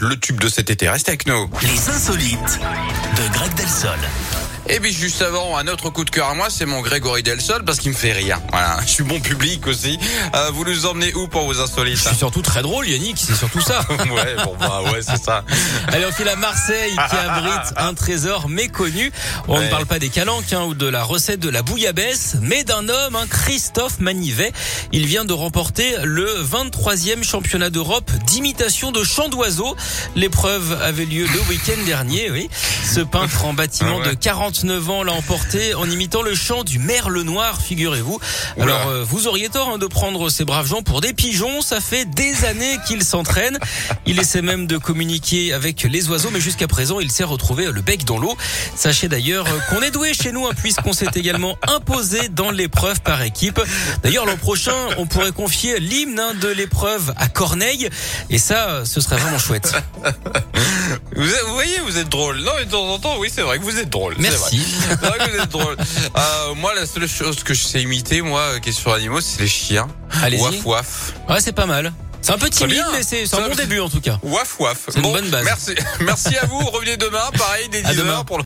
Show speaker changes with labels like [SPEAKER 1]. [SPEAKER 1] Le tube de cet été, reste avec nous.
[SPEAKER 2] Les insolites de Greg Delsol.
[SPEAKER 1] Et puis juste avant, un autre coup de cœur à moi, c'est mon Grégory Delsol parce qu'il me fait rire. Voilà, je suis bon public aussi. Euh, vous nous emmenez où pour vos insolites
[SPEAKER 3] C'est surtout très drôle, Yannick, c'est surtout ça.
[SPEAKER 1] Ouais, bon bah ouais, c'est ça.
[SPEAKER 3] Allez, on file à Marseille qui abrite un trésor méconnu. On
[SPEAKER 1] Ouais.
[SPEAKER 3] ne parle pas des calanques hein, ou de la recette de la bouillabaisse, mais d'un homme, hein, Christophe Manivet. Il vient de remporter le 23e championnat d'Europe d'imitation de chant d'oiseau. L'épreuve avait lieu le week-end dernier, oui. Ce peintre en bâtiment
[SPEAKER 1] Ah ouais.
[SPEAKER 3] de 49 ans l'a emporté en imitant le chant du merle noir, figurez-vous.
[SPEAKER 1] Oula.
[SPEAKER 3] Alors, euh, vous auriez tort hein, de prendre ces braves gens pour des pigeons. Ça fait des années qu'il s'entraîne. Il essaie même de communiquer avec les oiseaux, mais jusqu'à présent, il s'est retrouvé le bec dans l'eau. Sachez d'ailleurs euh, qu'on est doué chez nous, hein, puisqu'on s'est également imposé dans l'épreuve par équipe. D'ailleurs, l'an prochain, on pourrait confier l'hymne hein, de l'épreuve à Corneille. Et ça, euh, ce serait vraiment chouette.
[SPEAKER 1] Vous, êtes- vous voyez, vous êtes drôle. Non, mais de temps en temps, oui, c'est vrai que vous êtes drôle. c'est
[SPEAKER 3] Merci.
[SPEAKER 1] vrai. C'est vrai que vous êtes drôle. Euh, moi, la seule chose que je sais imiter, moi, euh, qui est sur animaux, c'est les chiens.
[SPEAKER 3] Allez-y.
[SPEAKER 1] Waf waf.
[SPEAKER 3] Ouais, c'est pas mal. C'est un peu timide,
[SPEAKER 1] bien.
[SPEAKER 3] mais c'est c'est
[SPEAKER 1] Ça-
[SPEAKER 3] un bon début en tout cas.
[SPEAKER 1] Waf waf.
[SPEAKER 3] C'est une bonne base.
[SPEAKER 1] Merci, merci à vous. Revenez demain, pareil, dès
[SPEAKER 3] À
[SPEAKER 1] 10h
[SPEAKER 3] demain.
[SPEAKER 1] pour le